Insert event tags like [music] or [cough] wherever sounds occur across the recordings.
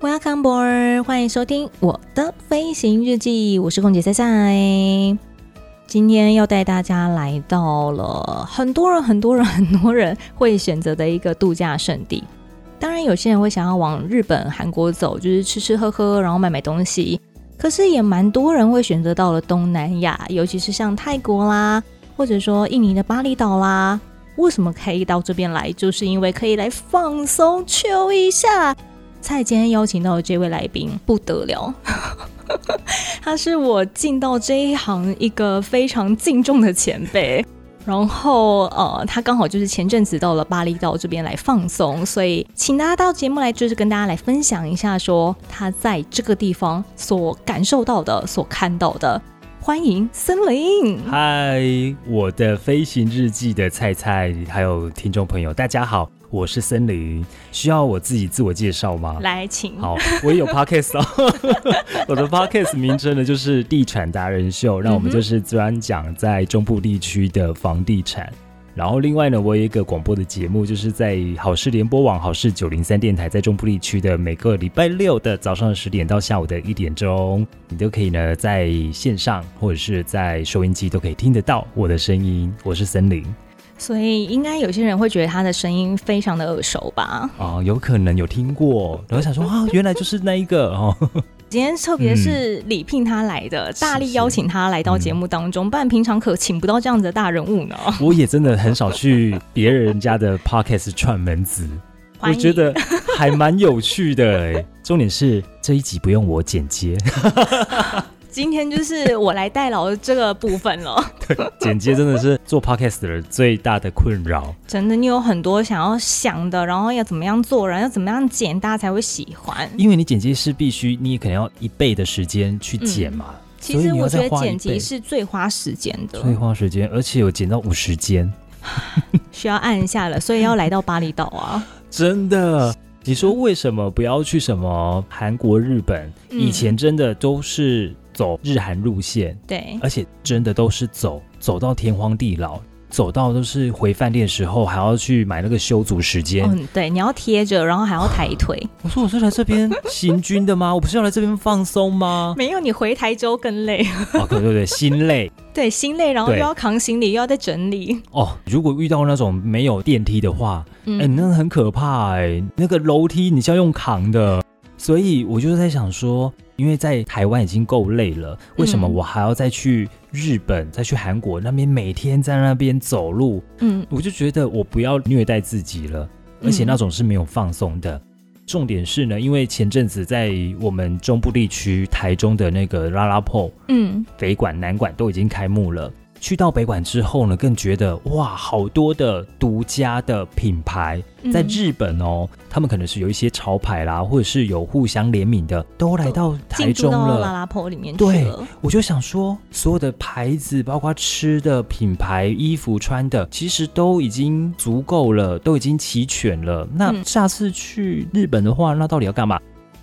Welcome board，欢迎收听我的飞行日记，我是空姐赛赛。今天要带大家来到了很多人、很多人、很多人会选择的一个度假胜地。当然，有些人会想要往日本、韩国走，就是吃吃喝喝，然后买买东西。可是也蛮多人会选择到了东南亚，尤其是像泰国啦，或者说印尼的巴厘岛啦。为什么可以到这边来？就是因为可以来放松、chill 一下。蔡今天邀请到的这位来宾不得了， [laughs] 他是我进到这一行一个非常敬重的前辈。然后呃，他刚好就是前阵子到了巴厘岛这边来放松，所以请大家到节目来，就是跟大家来分享一下，说他在这个地方所感受到的、所看到的。欢迎森林，嗨，我的飞行日记的菜菜，还有听众朋友，大家好，我是森林。需要我自己自我介绍吗？来请。好，我也有 podcast 哦。 [laughs] 我的 podcast 名称呢就是《地产达人秀》，那我们就是专讲在中部地区的房地产。然后另外呢，我有一个广播的节目，就是在好事联播网好事九零三电台，在中部地区的每个礼拜六的早上十点到下午的一点钟，你都可以呢在线上或者是在收音机都可以听得到我的声音。我是森林所以应该有些人会觉得他的声音非常的耳熟吧？啊、有可能有听过，然后想说啊，原来就是那一个哦。今天特别是嗯礼聘他来的，大力邀请他来到节目当中，不然平常可请不到这样子的大人物 [laughs] 呢。我也真的很少去别人家的 podcast 串门子，欢我迎觉得还蛮有趣的、欸。重点是这一集不用我剪接， [laughs] 今天就是我来代劳这个部分了。 [laughs] 剪接真的是做 podcast 的人最大的困扰。真的，你有很多想要想的，然后要怎么样做，然后要怎么样剪，大家才会喜欢。因为你剪接是必须，你也可能要一倍的时间去剪嘛。其所以实你我要觉再得花一剪辑倍是最花时间的，最花时间，而且有剪到五十间，需要按一下了，所以要来到巴厘岛啊。真的。你说为什么不要去什么韩国、日本？嗯以前真的都是走日韩路线， [laughs] 对，而且真的都是走走到天荒地老，走到都是回饭店的时候还要去买那个修足时间。嗯，对，你要贴着，然后还要抬腿。哦我说我是来这 [laughs] 边行军的吗？我不是要来这边放松吗？没有，你回台州更累。哦，对对对，心累对，心累，然后又对要扛行李，又要再整理。哦。如果遇到那种没有电梯的话，哎、嗯，那很可怕哎、那个楼梯你是要用扛的，所以我就在想说，因为在台湾已经够累了，为什么嗯我还要再去日本、再去韩国那边每天在那边走路？嗯，我就觉得我不要虐待自己了，而且那种是没有放松的。重点是呢，因为前阵子在我们中部地区台中的那个拉拉铺嗯，北馆、南馆都已经开幕了。去到北馆之后呢，更觉得哇，好多的独家的品牌嗯在日本哦，他们可能是有一些潮牌啦，或者是有互相联名的，都来到台进驻中到了。拉拉坡里面去对了。我就想说，所有的牌子，包括吃的品牌、衣服穿的，其实都已经足够了，都已经齐全了。那嗯下次去日本的话，那到底要干嘛？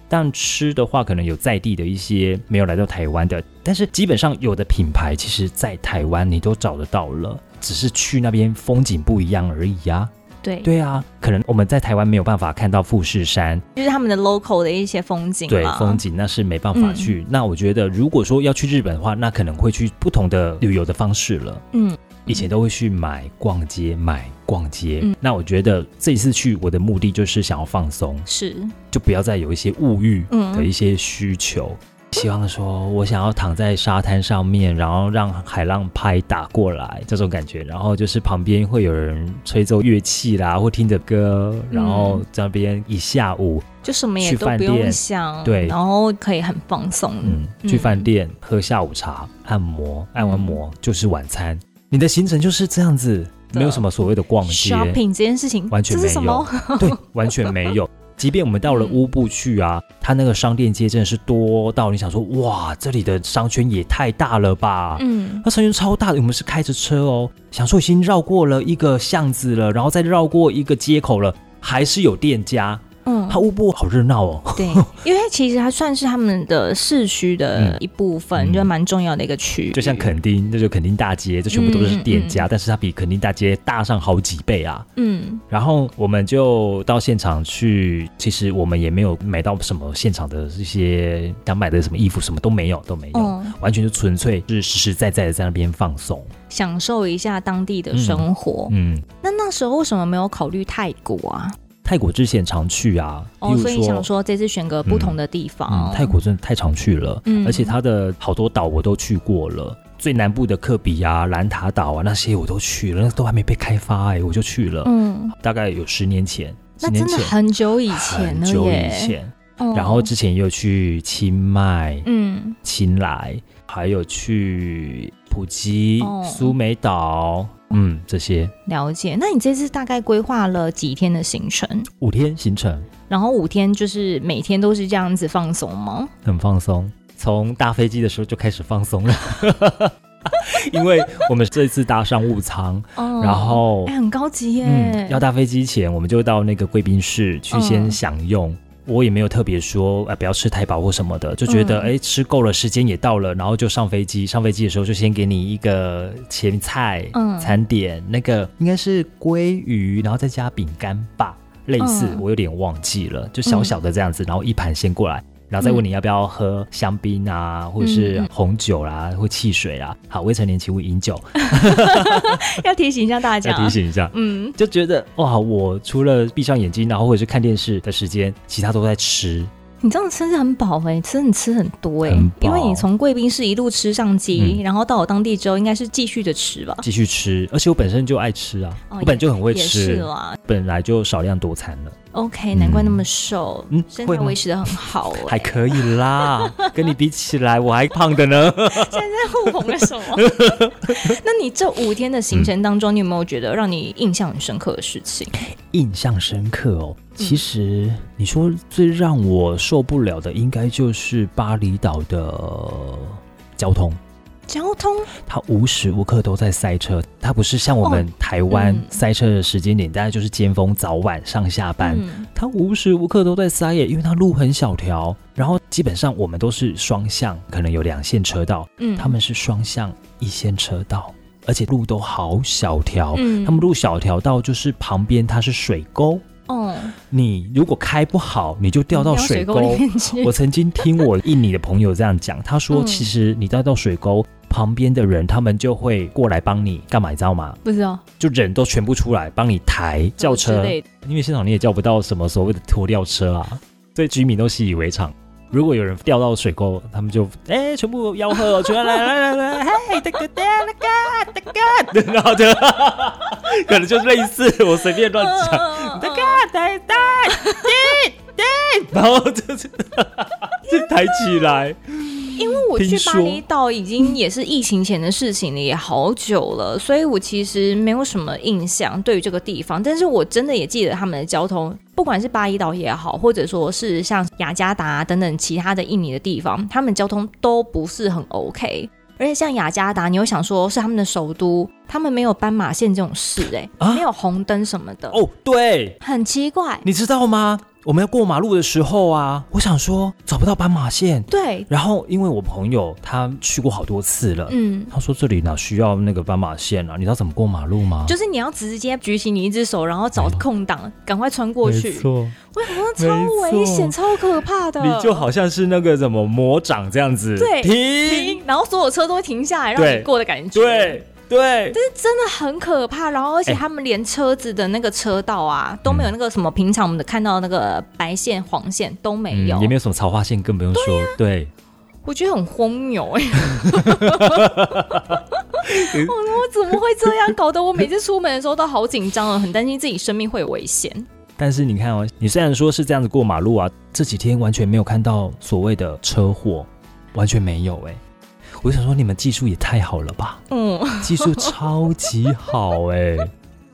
但吃的话，可能有在地的一些没有来到台湾的，但是基本上有的品牌，其实在台湾你都找得到了，只是去那边风景不一样而已呀、对对啊，可能我们在台湾没有办法看到富士山，就是他们的 local 的一些风景对啦风景那是没办法嗯去。那我觉得，如果说要去日本的话，那可能会去不同的旅游的方式了。嗯，以前都会去买逛街，买逛街。嗯那我觉得这一次去，我的目的就是想要放松，是，就不要再有一些物欲嗯的一些需求。希望说，我想要躺在沙滩上面，然后让海浪拍打过来这种感觉，然后就是旁边会有人吹奏乐器啦，或听着歌，然后嗯在那边一下午，就什么也去都饭不用店想，对然后可以很放松。嗯，去饭店、喝下午茶、按嗯摩，按完摩就是晚餐。你的行程就是这样子，的没有什么所谓的逛街 shopping 啊这件事情完全这没是什么？ [laughs] 嗯有，对，完全没有。即便我们到了乌布去啊，它那个商店街真的是多到你想说，哇，这里的商圈也太大了吧？嗯，那商圈超大的，我们是开着车哦，想说已经绕过了一个巷子了，然后再绕过一个街口了，还是有店家。嗯它乌布好热闹哦， [laughs] 对，因为其实它算是他们的市区的嗯一部分，嗯就蛮重要的一个区域。就像垦丁，那就垦丁大街，这全部都是店家，但是它比垦丁大街大上好几倍啊。嗯然后我们就到现场去，其实我们也没有买到什么现场的这些想买的什么衣服，什么都没有，都没有，哦完全就纯粹是实实在在的在那边放松。享受一下当地的生活。嗯，那那时候为什么没有考虑泰国啊？泰国之前常去啊，例哦，如所以说想说这次选个不同的地方。嗯，泰国真的太常去了，嗯而且它的好多岛我都去过了，最南部的克比啊、兰塔岛啊那些我都去了，那都还没被开发哎、我就去了，嗯，大概有十年前，十那年真的前，很久以前了很久以耶。前。哦然后之前也有去清迈、嗯清莱，还有去普吉哦、苏梅岛，嗯，这些了解。那你这次大概规划了几天的行程？五天行程然后五天就是每天都是这样子放松吗？很放松，从搭飞机的时候就开始放松了。 [laughs] 因为我们这次搭商务舱，哦然后哎、很高级耶。嗯，要搭飞机前，我们就到那个贵宾室去先嗯享用。我也没有特别说，呃，不要吃太饱或什么的，就觉得，嗯哎、吃够了，时间也到了，然后就上飞机。上飞机的时候，就先给你一个前菜、嗯餐点，那个应该是鲑鱼，然后再加饼干吧，类似，嗯我有点忘记了，就小小的这样子，然后一盘先过来，然后再问你要不要喝香槟啊，或者是嗯嗯嗯红酒啦、或汽水啦。好，未成年请勿 [laughs] 饮酒，要提醒一下大家再。提醒一下。嗯，就觉得哇，我除了闭上眼睛，然后或者是看电视的时间，其他都在吃。你这样吃是很饱哎、吃你吃很多哎、很饱因为你从贵宾室一路吃上机，嗯然后到我当地之后，应该是继续的吃吧？继续吃，而且我本身就爱吃啊，哦我本来就很会也是哦吃，啦。本来就少量多餐了， OK，嗯难怪那么瘦，嗯身材会吗维持的很好哎、还可以啦。跟你比起来，我还胖 [laughs] 的呢。现在在护红的什 [laughs] 么？那你这五天的行嗯程当中，你有没有觉得让你印象很深刻的事情？印象深刻哦。嗯其实你说最让我受不了的，应该就是巴厘岛的交通。交通它无时无刻都在塞车，它不是像我们台湾嗯塞车的时间点，大概就是尖峰早晚上下班，嗯它无时无刻都在塞耶，因为它路很小条，然后基本上我们都是双向，可能有两线车道，嗯他们是双向一线车道，而且路都好小条，嗯他们路小条到就是旁边它是水沟，哦，你如果开不好，你就掉到你水沟。 [laughs] 里面去我曾经听我印尼的朋友这样讲，他说嗯其实你掉到水沟。旁边的人他们就会过来帮你干嘛，你知道吗？不知 [laughs] 道就人都全部出来帮你抬轿车之，类的，因为现场你也叫不到什么所谓的拖吊车啊，所以居民都习以为常。如果有人掉到水沟，他们就哎、全部吆喝，全来来来来，嘿，大哥大哥大哥，然后就可能就类似我随便乱讲，嗯大哥大大弟弟，然后就是就抬起来，因为我去听巴说厘岛已经也是疫情前的事情了，也好久 [laughs] 了，所以我其实没有什么印象对于这个地方。但是我真的也记得他们的交通，不管是巴厘岛也好，或者说是像雅加达等等其他的印尼的地方，他们交通都不是很 OK。而且像雅加达，你又想说是他们的首都，他们没有斑马线这种事、欸，哎、啊没有红灯什么的，哦，对，很奇怪。你知道吗？我们要过马路的时候啊，我想说找不到斑马线，对，然后因为我朋友他去过好多次了，嗯，他说这里哪需要那个斑马线啊？你知道怎么过马路吗？就是你要直接举起你一只手，然后找空档，赶快穿过去。哎错，我想说超危险、没错超可怕的，你就好像是那个什么魔掌这样子，对停，停，然后所有车都会停下来让对你过的感觉，，对对，这真的很可怕。然后而且哎嗯他们连车子的那个车道啊、都没有那个什么，平常我们的看到的那个白线、黄线都没有，也嗯没有什么草花线，更不用说，对，我觉得很荒谬 [laughs] 哎、我我怎么会这样？搞得我每次出门的时候都好紧张哦，很担心自己生命会有危险。但是你看哦，你虽然说是这样子过马路啊，这几天完全没有看到所谓的车祸，完全没有哎、我就想说，你们技术也太好了吧，嗯， [laughs] 技术超级好哎、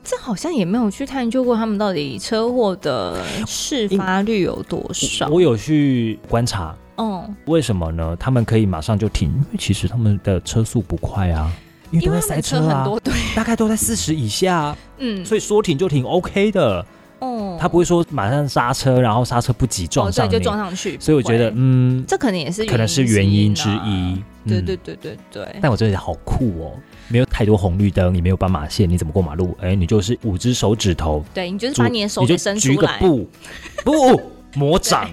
这好像也没有去探究过他们到底车祸的事发率有多少。哎我有去观察，嗯，为什么呢？他们可以马上就停，因为其实他们的车速不快啊，因为因都为在他们塞车啊很，多，对，大概都在四十以下啊、 [laughs] 嗯，所以说停就停，OK 的。哦他不会说马上刹车，然后刹车不及撞哦，对，上你。就撞上去。所以我觉得，不会嗯，这可能也是可能是原因之啊一。对嗯对对对对，但我真的好酷哦！没有太多红绿灯，你没有斑马线，你怎么过马路？哎，你就是五只手指头，对你就是就把你的手你给就伸举出个来， [laughs] 布，不魔掌。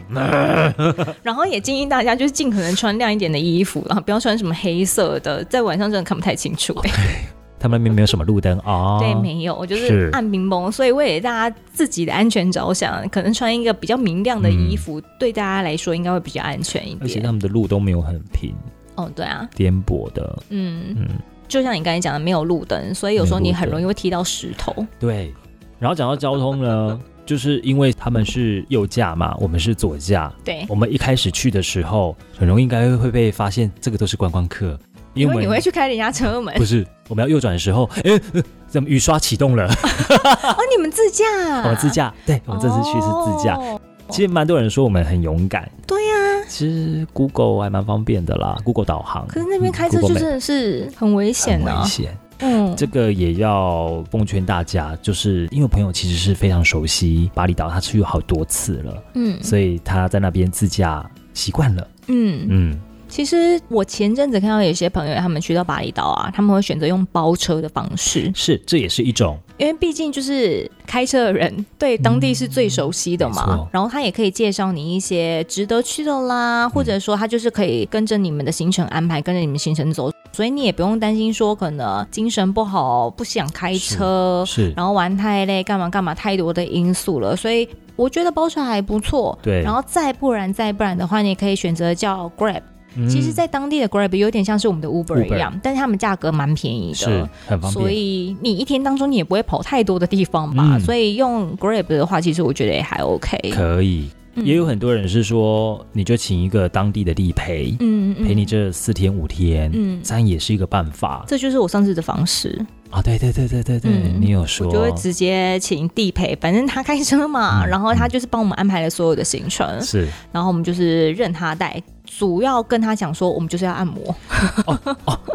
然后也建议大家就是尽可能穿亮一点的衣服，然后不要穿什么黑色的，在晚上真的看不太清楚、欸。 [laughs] 他们那边没有什么路灯啊， [laughs] 对，没有，我就是是暗冰崩，所以为了大家自己的安全着想，可能穿一个比较明亮的衣服，对大家来说应该会比较安全一嗯而且点他。们的路都没有很平，哦，对啊，颠簸的。嗯，嗯，就像你刚才讲的，没有路灯，所以有时候没有你路很灯容易会踢到石头。对。然后讲到交通 [laughs] 呢，就是因为他们是右驾嘛，我们是左驾，对，我们一开始去的时候，很容易应该会被发现这个都是观光客，因因为我为你会们去开人家车门，不是我们要右转的 [laughs] 时候，哎、呃怎么雨刷启动了？哦，你们自驾，我们哦自，驾，对我们这次去是自驾。哦、其实蛮多人说我们很勇敢，对呀、啊，其实 Google 还蛮方便的啦，Google 导航。嗯可是那边开车就真的是很危险啊很的、危险，嗯，这个也要奉劝大家，就是因为我朋友其实是非常熟悉巴厘岛，他去过好多次了，嗯所以他在那边自驾习惯了。嗯，嗯，其实我前阵子看到有些朋友他们去到巴厘岛啊，他们会选择用包车的方式，是，这也是一种因为毕竟就是开车的人对当地是最熟悉的嗯没嘛，错然后他也可以介绍你一些值得去的嗯啦，或者说他就是可以跟着你们的行程安排，跟着你们行程走，所以你也不用担心说可能精神不好不想开车，是然后玩太累干嘛干嘛太多的因素了，所以我觉得包车还不错。对然后再不然再不然的话，你也可以选择叫 Grab。其实，嗯在当地的 Grab 有点像是我们的 Uber Uber 一样，但是他们价格蛮便宜是的，很方所便。以你一天当中你也不会跑太多的地方吧。嗯所以用 Grab 的话，其实我觉得也还 OK。可以，嗯也有很多人是说，你就请一个当地的地陪、嗯嗯陪你这四天五天，嗯，这样也是一个办法这就是我上次的方式，啊。对对对对对对，嗯你有说我就会直接请地陪，反正他开车嘛，哦嗯然后他就是帮我们安排了所有的行程， [laughs] 是然后我们就是任他带。主要跟他讲说，我们就是要按摩，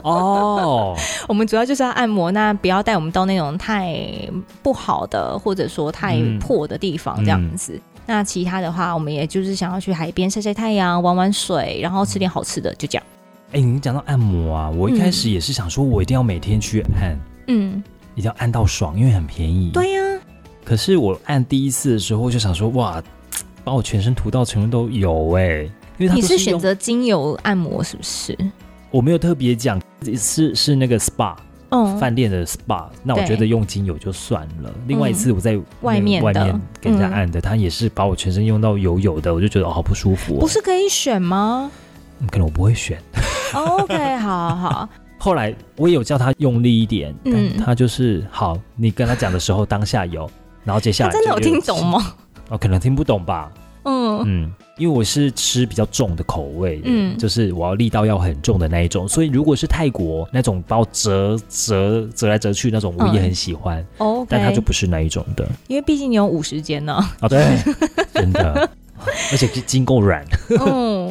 哦，我们主要就是要按摩，那不要带我们到那种太不好的，或者说太嗯破的地方这样子。那其他的话，我们也就是想要去海边晒晒太阳、玩玩水，然后吃点好吃的，就这样。哎、你讲到按摩啊，我一开始也是想说，我一定要每天去按，嗯，一定要按到爽，因为很便宜。。对呀、可是我按第一次的时候，我就想说，哇，把我全身涂到全部都有哎、因为它你都是是选用择精油按摩是不是？我没有特别讲，是是那个 SPA，嗯，饭店的 SPA，那我对嗯觉得用精油就算了。另外一次我在外面的外面给人家按的，他也是把我全身用到油油的，我就觉得哦好不舒服、哦。不是可以选吗哦嗯，可能我不会选。 [laughs] ？OK，好好好，后来我也有叫他用力一点，嗯但他就是好，你跟他讲的时候当下有，然后接下他来真的有就听懂？吗？哦，可能听不懂吧。嗯嗯，因为我是吃比较重的口味，嗯嗯，就是我要力道要很重的那一种，所以如果是泰国那种把我折折折来折去那种，我也嗯很喜欢， ，OK，但他就不是那一种 [laughs] 的。因为毕竟你有五十间 [laughs] 呢。啊，对，真的， [laughs] 而且筋够软，嗯，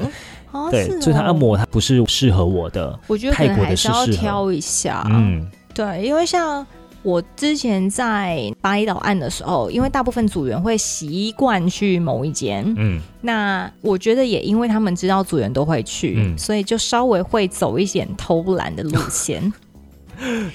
哦对，是哦所以它按摩它不是适合我的，我觉得可能泰国的还是是要适合挑一下，嗯，对，因为像我之前在巴厘岛岸的时候，因为大部分组员会习惯去某一间，嗯，那我觉得也因为他们知道组员都会去，嗯所以就稍微会走一点偷懒 [laughs] 的路线。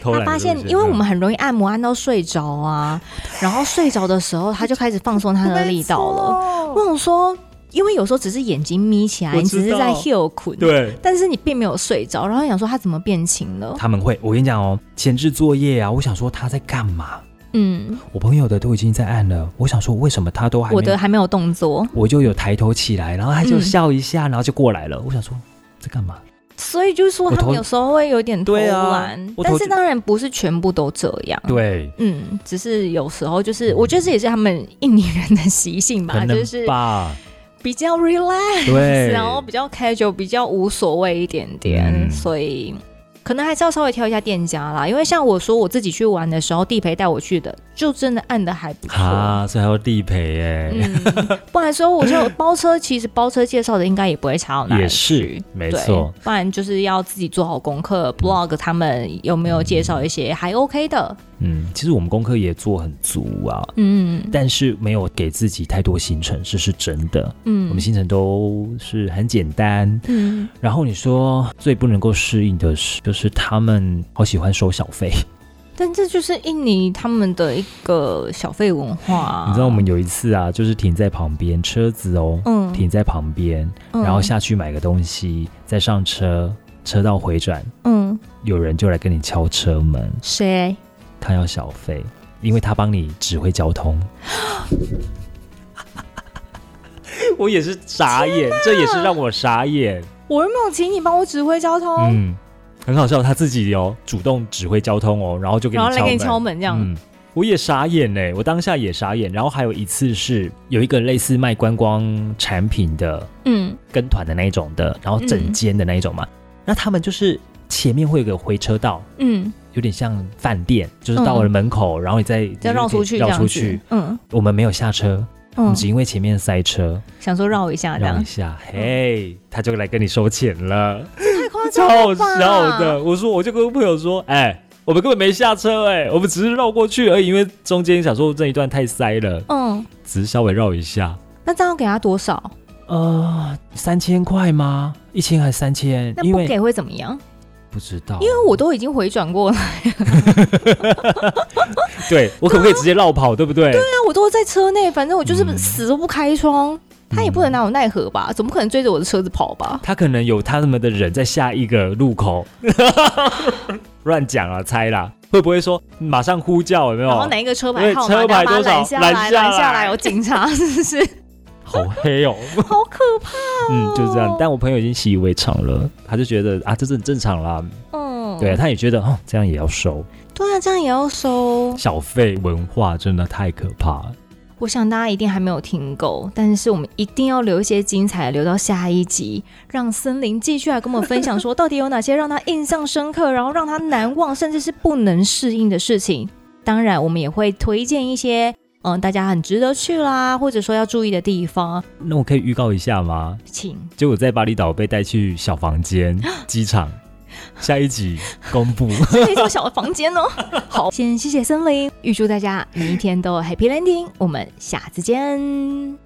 偷他懒发的现路，线因为我嗯们很容易按摩按到睡着啊，然后睡着的时候他就开始放松他的力道了。我想说，因为有时候只是眼睛眯起来，我你只知是在道休困，对。但是你并没有睡着，然后想说他怎么变轻了？他们会，我跟你讲哦，前置作业啊，我想说他在干嘛？嗯，我朋友的都已经在按了，我想说为什么他都还没我的还没有动作，我就有抬头起来，然后他就嗯笑一下，然后就过来了。我想说在干嘛？所以就是说我他们头有时候会有点偷对啊懒，我头但是就当然不是全部都这样。对，嗯，只是有时候就是，我觉得这也是他们印尼人的习性可吧，能就是吧， [laughs] 比较 relax，对，然后比较 casual，比较无所谓一点点，嗯所以可能还是要稍微挑一下店家啦，因为像我说我自己去玩的时候，地陪带我去的，就真的按的还不错。啊，所以还要地陪哎、嗯，不然说我就包车，其实包车介绍的应该也不会差到哪里也嗯去是。没对错。，不然就是要自己做好功课。blog 他们有没有介绍一些还 OK 的？嗯，其实我们功课也做很足啊，嗯但是没有给自己太多行程，这是真的。我嗯们行程都是很简单。嗯，然后你说最不能够适应的是，就是他们好喜欢收小费。但这就是印尼他们的一个小费文化。你知道我们有一次啊，就是停在旁边车子哦，嗯停在旁边，嗯然后下去买个东西，再上车，车道回转，嗯有人就来跟你敲车门，谁？他要小费，因为他帮你指挥交通。 [laughs] 我也是傻眼，这也是让我傻眼。我又没有请你帮我指挥交通，嗯，很好笑，他自己有主动指挥交通哦，然后就给你然后来敲给你门敲门这样。嗯，我也傻眼呢，我当下也傻眼。然后还有一次是有一个类似卖观光产品的嗯跟团的那一种的，然后整间的那一种嘛，那他们就是前面会有个回车道。嗯，有点像饭店，就是到了门口，然后你再再绕出去这绕样出子。去。嗯我们没有下车，我嗯们，只因为前面塞车，想说绕一下这让样一，下，嘿，他就来跟你收钱了。太夸张超了好吧笑的。。我说，我就跟朋友说，哎、我们根本没下车、哎，我们只是绕过去而已，因为中间想说这一段太塞了，嗯，只是稍微绕一下。那这样要给他多少？呃，三千块吗？一千还三千那？因不为给会怎么样？不知道，因为我都已经回转过了， [laughs] 对我可不可以直接绕跑，对不对？那我都在车内，反正我就是嗯死都不开窗，他也不能拿我奈何吧？怎么可能追着我的车子跑吧？他可能有他们的人在下一个路口， [laughs] 乱讲啊，猜啦，会不会说马上呼叫？有没有？然后哪一个车牌对号码，哦车然后牌把它多少拦下来，拦拦下下来来，有警察 [laughs] 是不是？好 [laughs] 黑哦。好可怕哦！嗯，就是这样。但我朋友已经习以为常了，他就觉得啊，这是很正常啦。嗯，对，他也觉得哦，这样也要收对啊，这样也要收。小费文化，真的太可怕了。我想大家一定还没有听够，但是我们一定要留一些精彩，留到下一集，让森林继续来跟我们分享说， [laughs] 到底有哪些让他印象深刻，然后让他难忘，甚至是不能适应的事情。当然，我们也会推荐一些，嗯，大家很值得去啦，或者说要注意的地方，那我可以预告一下吗？请结果在巴厘岛被带去小 [gasps] 房间机场，下一集公布。那种小房间哦。好，先谢谢森林，预祝大家每一天都有 Happy Landing，我们下次见。